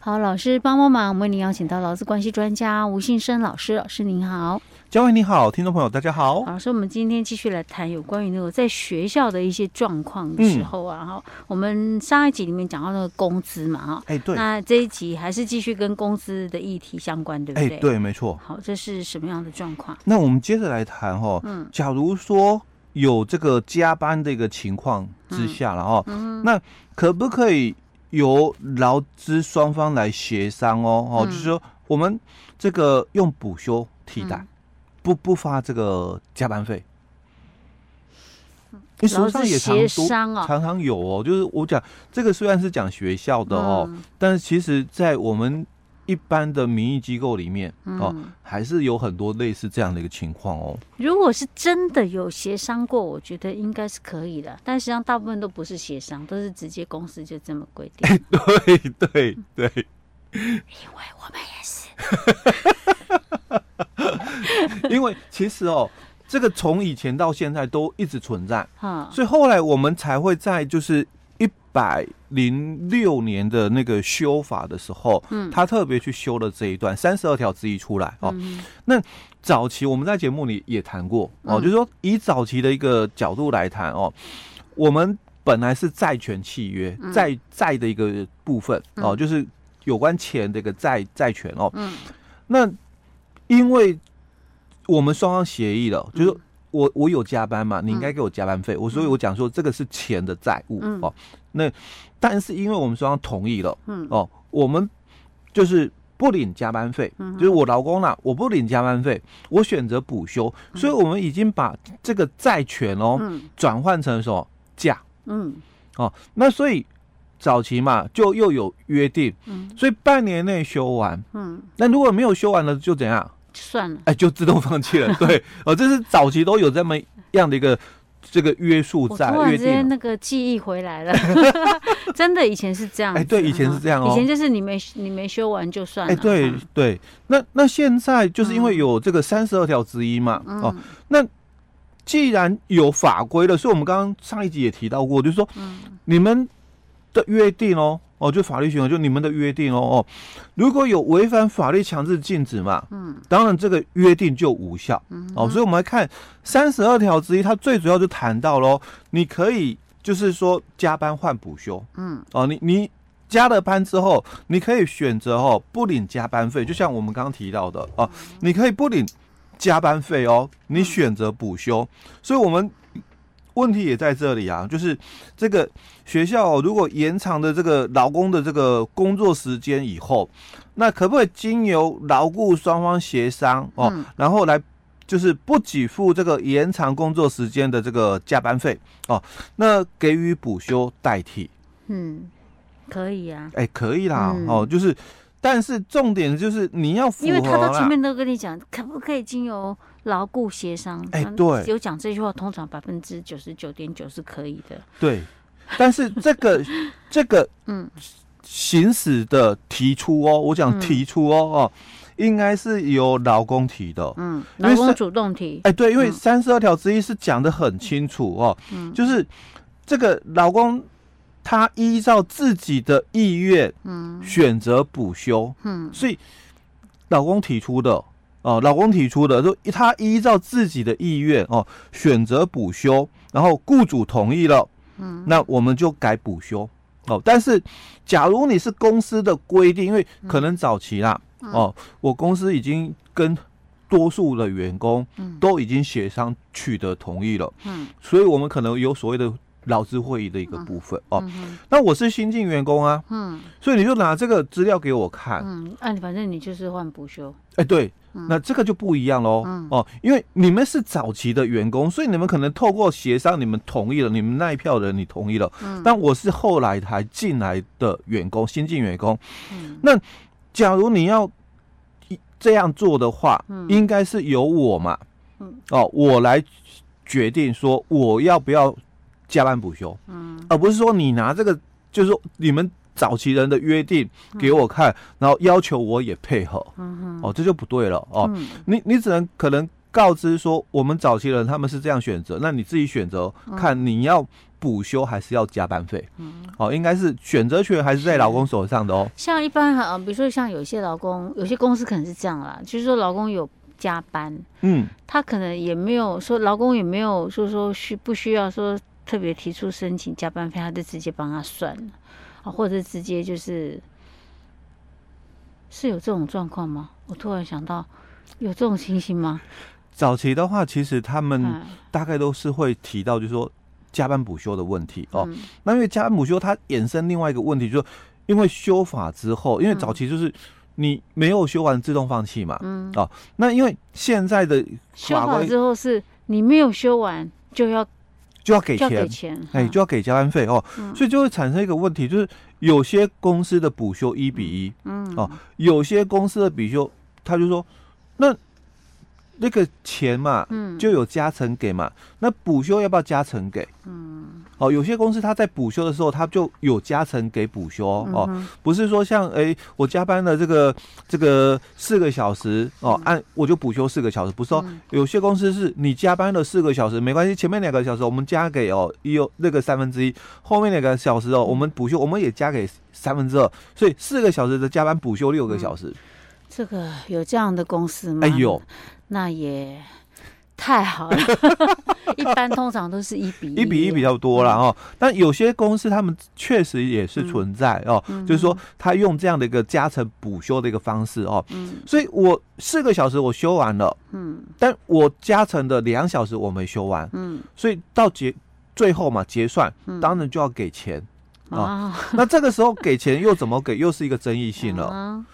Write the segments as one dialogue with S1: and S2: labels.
S1: 好，老师帮帮忙，我们为您邀请到劳资关系专家吴信生老师，老师您好。
S2: 嘉惠你好，听众朋友大家好。
S1: 老师，我们今天继续来谈有关于那个在学校的一些状况的时候啊，
S2: 嗯
S1: 然后我们上一集里面讲到那个工资嘛，哈，
S2: 哎，对，
S1: 那这一集还是继续跟工资的议题相关，对不
S2: 哎
S1: 对？，。
S2: 对，没错。
S1: 好，这是什么样的状况？
S2: 那我们接着来谈哈、
S1: 嗯
S2: 假如说有这个加班的一个情况之
S1: 嗯
S2: 下了哦，那可不可以由劳资双方来协商哦？哦，
S1: 嗯
S2: 就是说我们这个用补休替代，
S1: 嗯
S2: 不不发这个加班费。你手
S1: 嗯劳
S2: 上
S1: 资
S2: 也常
S1: 协
S2: 读
S1: 商啊，
S2: 常常有哦，就是我讲这个虽然是讲学校的哦，
S1: 嗯
S2: 但是其实，在我们一般的民意机构里面哦，
S1: 嗯
S2: 还是有很多类似这样的一个情况 哦。
S1: 如果是真的有协商过，我觉得应该是可以的。但实际上，大部分都不是协商，都是直接公司就这么规定。
S2: 哎对对对，
S1: 因为我们也是，
S2: 因为其实哦，这个从以前到现在都一直存在，
S1: 哈、
S2: 所以后来我们才会在就是一百零六年的那个修法的时候，
S1: 嗯
S2: 他特别去修了这一段三十二条之一出来哦。
S1: 嗯
S2: 早期我们在节目里也谈过哦，
S1: 嗯
S2: 就是说以早期的一个角度来谈哦，我们本来是债权契约
S1: 嗯
S2: 债债的一个部分
S1: 嗯
S2: 哦，就是有关钱的一个债债权哦。
S1: 嗯
S2: 那因为我们双方协议了，
S1: 嗯
S2: 就是我我有加班嘛，你应该给我加班费，我所以我讲说这个是钱的债务
S1: 嗯
S2: 哦。那但是因为我们双方同意了
S1: 嗯
S2: 哦，我们就是不领加班费，
S1: 嗯
S2: 就是我劳工啦、我不领加班费，我选择补休，所以我们已经把这个债权哦
S1: 嗯
S2: 转换成什么价
S1: 嗯
S2: 哦，那所以早期嘛就又有约定，
S1: 嗯
S2: 所以半年内修完，
S1: 嗯，
S2: 那如果没有修完了就怎样？
S1: 算了，
S2: 哎，就自动放弃了。 对，哦，这是早期都有这么样的一个这个约束
S1: 我突
S2: 在
S1: 然
S2: 约
S1: 之间
S2: 定了。
S1: 那个记忆回来了，真的以前是这样子。
S2: 哎对以前是这样哦
S1: 以前就是你没你没修完就算了。
S2: 哎，对
S1: 嗯
S2: 对，那那现在就是因为有这个三十二条之一嘛，哦，
S1: 嗯
S2: 既然有法规了，所以我们刚刚上一集也提到过，就是说
S1: 嗯
S2: 你们的约定哦，哦，就法律行为，就你们的约定哦，哦，如果有违反法律强制禁止嘛，
S1: 嗯
S2: 当然这个约定就无效。
S1: 嗯
S2: 哦，所以我们来看三十二条之一，它最主要就谈到喽，你可以就是说加班换补休
S1: 嗯
S2: 哦，你你加了班之后，你可以选择哦不领加班费，就像我们刚刚提到的哦，你可以不领加班费哦，你选择补休，所以我们。问题也在这里啊，就是这个学校哦、如果延长的这个劳工的这个工作时间以后，那可不可以经由劳雇双方协商哦，
S1: 嗯
S2: 然后来就是不给付这个延长工作时间的这个加班费哦，那给予补休代替，
S1: 嗯，可以啊。
S2: 哎，可以啦、
S1: 嗯
S2: 哦，就是，但是重点就是你要符合
S1: 因为他到前
S2: 啦，
S1: 面都跟你讲，可不可以经由牢固协商？
S2: 哎
S1: 嗯
S2: 对
S1: 有讲这句话，通常百分之九十九点九是可以的。
S2: 对，但是 这个这个
S1: 嗯
S2: 行使的提出哦，我讲
S1: 嗯
S2: 提出哦、哦，应该是由劳工提的，
S1: 嗯，
S2: 因为
S1: 劳工
S2: 是
S1: 主动提，
S2: 哎，对，因为
S1: 嗯
S2: 三十二条之一是讲的很清楚哦，
S1: 嗯
S2: 就是这个老公他依照自己的意愿
S1: 嗯
S2: 选择补休，
S1: 嗯
S2: 所以老公提出的哦，老公提出的说他依照自己的意愿哦选择补休，然后雇主同意了，
S1: 嗯，
S2: 那我们就改补休哦。但是假如你是公司的规定，因为可能早期啦、
S1: 嗯
S2: 哦，我公司已经跟多数的员工
S1: 嗯
S2: 都已经协商取得同意了，
S1: 嗯
S2: 所以我们可能有所谓的劳资会议的一个部分哦。
S1: 嗯
S2: 那我是新进员工啊，
S1: 嗯
S2: 所以你就拿这个资料给我看，哎、哎
S1: 嗯，啊，反正你就是换补休，
S2: 对
S1: 嗯。
S2: 那这个就不一样喽、
S1: 嗯
S2: 哦，因为你们是早期的员工，所以你们可能透过协商，你们同意了，你们那一票人你同意了，
S1: 嗯
S2: 但我是后来才进来的员工，新进员工。
S1: 嗯
S2: 假如你要一这样做的话，
S1: 嗯
S2: 应该是由我嘛，
S1: 嗯
S2: 哦，我来决定说我要不要加班补休，
S1: 嗯
S2: 而不是说你拿这个，就是说你们早期人的约定给我看，然后要求我也配合，
S1: 嗯
S2: 哦，这就不对了哦。
S1: 嗯
S2: 你你只能可哦
S1: 嗯
S2: 能告知说我们早期人他们是这样选择，那你自己选择看你要补休还是要加班费？哦，应该是选择权还是在劳工手上的哦。
S1: 像一般啊，比如说像有些劳工，有些公司可能是这样啦，就是说劳工有加班，
S2: 嗯，
S1: 他可能也没有说劳工也没有说说需不需要说特别提出申请加班费，他就直接帮他算了啊，或者直接就是是有这种状况吗？我突然想到有这种情形吗？
S2: 早期的话，其实他们
S1: 嗯
S2: 大概都是会提到，就是说加班补休的问题哦。
S1: 嗯
S2: 那因为加班补休，它衍生另外一个问题，就是因为修法之后，因为早期就是你没有修完自动放弃嘛，
S1: 嗯，
S2: 哦，那因为现在的
S1: 修
S2: 法
S1: 好
S2: 规
S1: 之后是你没有修完就要
S2: 就要给
S1: 就要给
S2: 钱，
S1: 钱，
S2: 哎，
S1: 嗯
S2: 就要给加班费哦，
S1: 嗯
S2: 所以就会产生一个问题，就是有些公司的补休一比一，
S1: 嗯
S2: 哦有些公司的补休，他就说那那个钱嘛，
S1: 嗯
S2: 就有加成给嘛，那补休要不要加成给？
S1: 嗯
S2: 哦，有些公司他在补休的时候，他就有加成给补休哦，哦
S1: 嗯哼
S2: 不是说像哎、我加班了这个这个四个小时哦，按我就补休四个小时，不是哦。
S1: 嗯
S2: 有些公司是你加班了四个小时没关系，前面两个小时我们加给哦一哦那个三分之一，后面两个小时哦我们补休我们也加给三分之二，所以四个小时的加班补休六个小时，
S1: 这个有这样的公司吗？
S2: 哎呦，
S1: 那也太好 了。一般通常都是一比
S2: 一比一比较多
S1: 嗯
S2: 啦哦。但有些公司他们确实也是存在哦，
S1: 嗯
S2: 就是说他用这样的一个加成补休的一个方式哦，
S1: 嗯
S2: 所以我四个小时我休完了，
S1: 嗯
S2: 但我加成的两小时我没修完，
S1: 嗯
S2: 所以到结最后嘛结算，
S1: 嗯
S2: 当然就要给钱。
S1: 啊
S2: 那这个时候给钱又怎么给，又是一个争议性了。
S1: 啊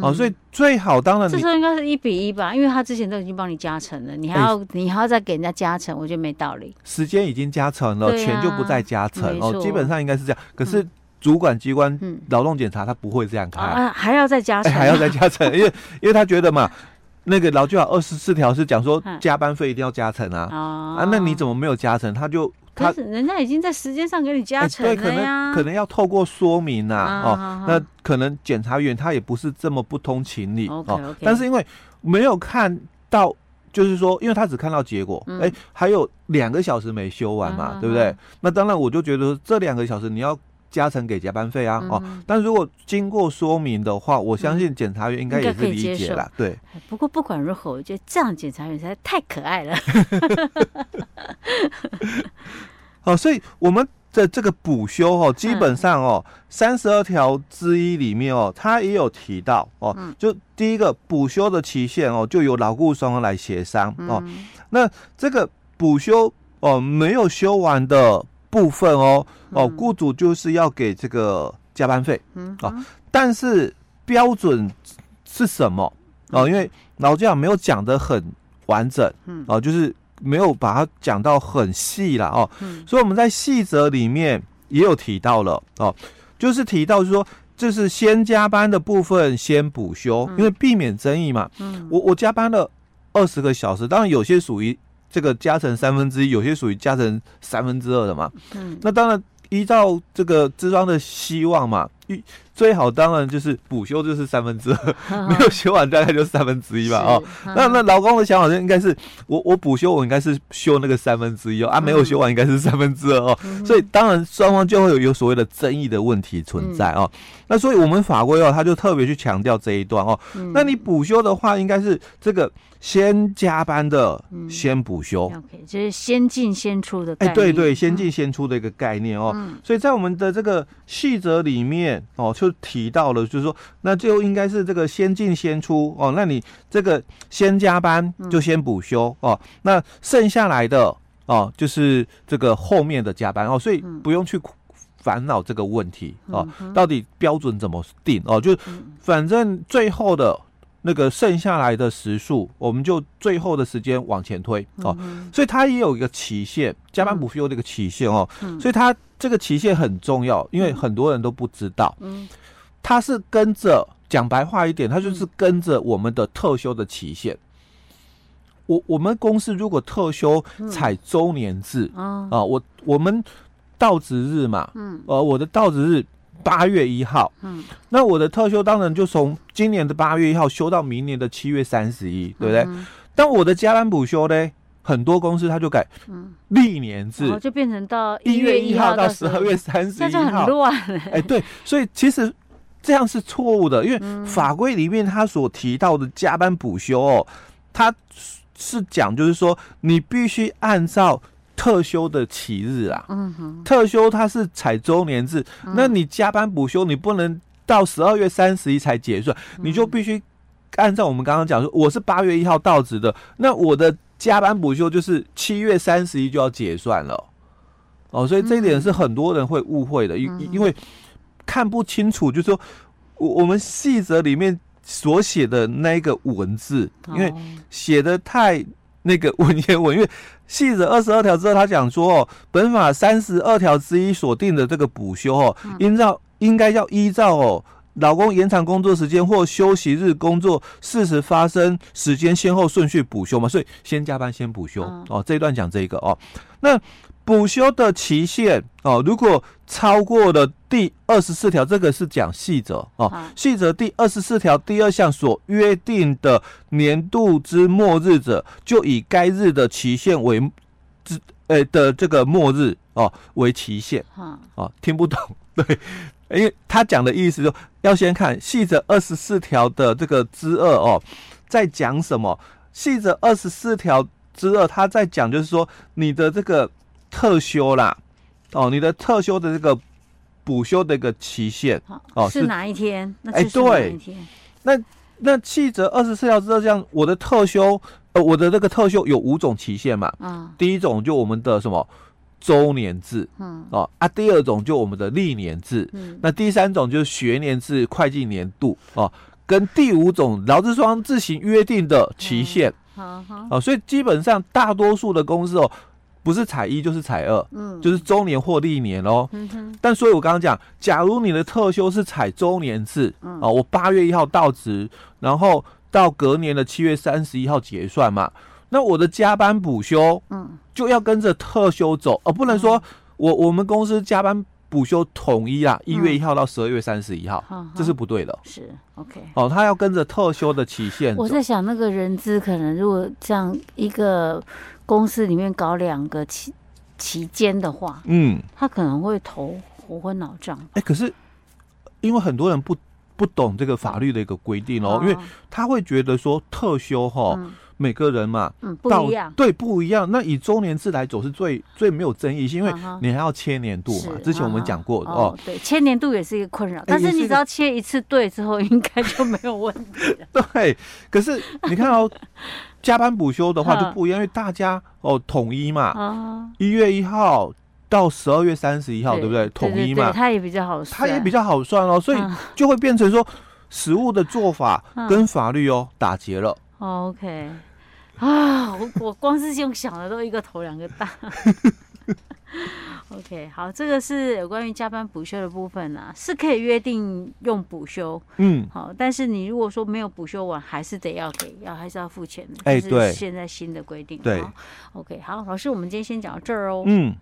S2: 哦，所以最好当然
S1: 这
S2: 你哎
S1: 时候应该是一比一吧，因为他之前都已经帮你加成了，你还要你还要再给人家加成，我觉得没道理。
S2: 时间已经加成了，
S1: 对啊
S2: 钱就不再加成
S1: 没
S2: 哦，
S1: 错
S2: 基本上应该是这样。可是主管机关
S1: 嗯
S2: 劳动检查他不会这样开，
S1: 啊，还要再加
S2: 哎
S1: 成，
S2: 还要再加成，因为因为他觉得嘛，那个劳基法二十四条是讲说
S1: 嗯
S2: 加班费一定要加成啊
S1: 啊
S2: 啊，那你怎
S1: 么？
S2: 么没有加成？他就
S1: 可
S2: 他
S1: 是人家已经在时间上给你加
S2: 哎
S1: 成
S2: 对，可
S1: 了呀，
S2: 能可能要透过说明呐、
S1: 啊
S2: 哦，
S1: 好好
S2: 那可能检察员他也不是这么不通情理哦
S1: OK，OK
S2: 但是因为没有看到，就是说，因为他只看到结果，哎、
S1: 嗯
S2: 还有两个小时没修完嘛，
S1: 啊
S2: 对不
S1: 啊
S2: 对？那当然，我就觉得这两个小时你要加成给加班费啊，哦。
S1: 嗯
S2: 但如果经过说明的话，我相信检察员应该也
S1: 应该
S2: 是
S1: 可以
S2: 理
S1: 接
S2: 解
S1: 受
S2: 啦。对，
S1: 哎不过不管如何，我觉得这样检察员实在太可爱了。
S2: 哦，所以我们的这个补休哦，
S1: 嗯
S2: 基本上哦，三十二条之一里面哦，它也有提到哦，
S1: 嗯
S2: 就第一个补休的期限哦，就由劳雇双方来协商哦。
S1: 嗯
S2: 那这个补休哦，没有休完的部分哦，哦，雇主就是要给这个加班费，
S1: 嗯
S2: 哦但是标准是什么哦？因为劳教没有讲得很完整，
S1: 嗯
S2: 哦，就是没有把它讲到很细啦哦。
S1: 嗯
S2: 所以我们在细则里面也有提到了哦，就是提到说，这是先加班的部分先补休，因为避免争议嘛。
S1: 嗯
S2: 我我加班了二十个小时，当然有些属于这个加成三分之一，有些属于加成三分之二的嘛。
S1: 嗯
S2: 那当然依照这个资方的希望嘛，一最好当然就是补休就是三分之二，没有休完大概就是三分之一吧哦。
S1: 嗯 是嗯
S2: 那那劳工的想法就应该是我我补休我应该是休那个三分之一哦啊
S1: 嗯
S2: 没有休完应该是三分之二哦，所以当然双方就会有有所谓的争议的问题存在哦。
S1: 嗯
S2: 那所以我们法规哦，他就特别去强调这一段哦。
S1: 嗯
S2: 那你补休的话，应该是这个先加班的
S1: 嗯嗯
S2: 先补休，
S1: OK，就是先进先出的概
S2: 哦哎、
S1: 念。
S2: 对对，先进先出的一个概念哦。
S1: 嗯
S2: 所以在我们的这个细则里面哦，就提到了，就是说，那就应该是这个先进先出哦。那你这个先加班就先补休、哦，那剩下来的哦，就是这个后面的加班哦，所以不用去苦烦恼这个问题哦，到底标准怎么定哦？就反正最后的。那个剩下来的时数，我们就最后的时间往前推
S1: 嗯
S2: 哦，所以它也有一个期限，加班补休的一个期限哦，
S1: 嗯
S2: 所以它这个期限很重要，因为很多人都不知道，
S1: 嗯
S2: 它是跟着讲白话一点，它就是跟着我们的特休的期限。我我们公司如果特休
S1: 嗯
S2: 采周年制
S1: 哦
S2: 啊、我我们到职日嘛，
S1: 嗯
S2: 呃，我的到职日八月一号，
S1: 嗯，
S2: 那我的特休当然就从今年的八月一号休到明年的七月三十一，对不对？
S1: 嗯
S2: 但我的加班补休呢，很多公司它就改
S1: 嗯，
S2: 历年
S1: 然后
S2: 制，
S1: 就变成到
S2: 哦一月一
S1: 一
S2: 号到
S1: 到
S2: 十二月，三十
S1: 那
S2: 一
S1: 就很
S2: 号。
S1: 乱了。
S2: 哎，对，所以其实这样是错误的，因
S1: 嗯
S2: 为法规里面它所提到的加班补休哦，它是讲就是说你必须按照特休的起日啊，
S1: 嗯哼，嗯
S2: 特休它是采周年制，那你加班补休你不能到十二月三十一才结算，
S1: 嗯
S2: 你就必须按照我们刚刚讲说，我是八月一号到职的，那我的加班补休就是七月三十一就要结算了。哦，所以这一点是很多人会误会的，因、
S1: 嗯
S2: 因为看不清楚，就是说我我们细则里面所写的那一个文字， 因为
S1: 哦
S2: 写的太那个文言文，因为细则二十二条之后，他讲说哦，本法三十二条之一所定的这个补休哦，
S1: 嗯
S2: 应照应该要依照哦。老公延长工作时间或休息日工作事实发生时间先后顺序补休嘛，所以先加班先补休、
S1: 嗯
S2: 哦。这一段讲这个哦，那补休的期限哦，如果超过了第二十四条，这个是讲细则哦
S1: 好，
S2: 细则第二十四条第二项所约定的年度之末日者，就以该日的期限为之呃、的这个末日哦为期限
S1: 哈，
S2: 哦，听不懂 对。因为他讲的意思就要先看细则二十四条的这个之二哦，在讲什么？细则二十四条之二，他在讲就是说你的这个特休啦，哦，你的特休的这个补休的一个期限，
S1: 好，
S2: 哦
S1: 是
S2: 是
S1: 哪一天？那
S2: 哎
S1: 就是哪
S2: 对
S1: 一天？
S2: 那细则二十四条之二这样，我的特休，呃，我的这个特休有五种期限嘛。
S1: 啊，
S2: 第一种就我们的什么周年制
S1: 嗯
S2: 哦啊，第二种就我们的历年制，
S1: 嗯，
S2: 那第三种就是学年制、会计年度哦，跟第五种劳资双方自行约定的期限
S1: 好好，
S2: 哦，所以基本上大多数的公司哦，不是采一就是采二，
S1: 嗯，
S2: 就是周年或历年哦。
S1: 嗯哼，
S2: 但所以，我刚刚讲，假如你的特休是采周年制，
S1: 嗯
S2: 啊，我八月一号到职，然后到隔年的七月三十一号结算嘛，那我的加班补休
S1: 嗯
S2: 就要跟着特休走，而、不能
S1: 哦
S2: 说我我们公司加班补休统一啊，一月一号到十二月三十一号，
S1: 嗯好，
S2: 这是不对的。
S1: 是 OK。
S2: 哦，他要跟着特休的期限走
S1: 我。在想，那个人资可能如果这样一个公司里面搞两个期期间的话，
S2: 嗯，
S1: 他可能会头头昏脑胀。
S2: 哎、可是因为很多人不不懂这个法律的一个规定哦，因为他会觉得说特休哈，
S1: 啊嗯
S2: 每个人嘛。
S1: 嗯不
S2: 到
S1: 一样，
S2: 对，不一样。那以周年制来走是最最没有争议性，因为
S1: 啊哈
S2: 你还要切年度嘛
S1: 是。
S2: 之前我们
S1: 啊
S2: 讲过的
S1: 哦
S2: 哦，，哎
S1: 对，千年度也是一个困扰，但
S2: 也
S1: 是
S2: 是
S1: 你
S2: 一
S1: 只
S2: 个
S1: 要切一次对之后，应该就没有问 题。
S2: 对。可是你看哦，加班补休的话就
S1: 嗯
S2: 不一样，因为大家哦统一嘛，
S1: 啊，
S2: 一月一号到十二月三十一号，对不对？统一嘛，
S1: 他也比较好算，
S2: 它也比较好算哦，所以
S1: 嗯
S2: 就会变成说。实物的做法
S1: 嗯
S2: 跟法律哦打结了，
S1: 哦 OK 啊，我我光是用想的都一个头两个大。OK，好，这个是有关于加班补休的部分啊，是可以约定用补休，
S2: 嗯，
S1: 好，但是你如果说没有补休完，还是得要给，要还是要付钱的，
S2: 哎
S1: 这是
S2: 对
S1: 现在新的规定，
S2: 对
S1: 好，OK，好，老师，我们今天先讲到这儿哦，
S2: 嗯，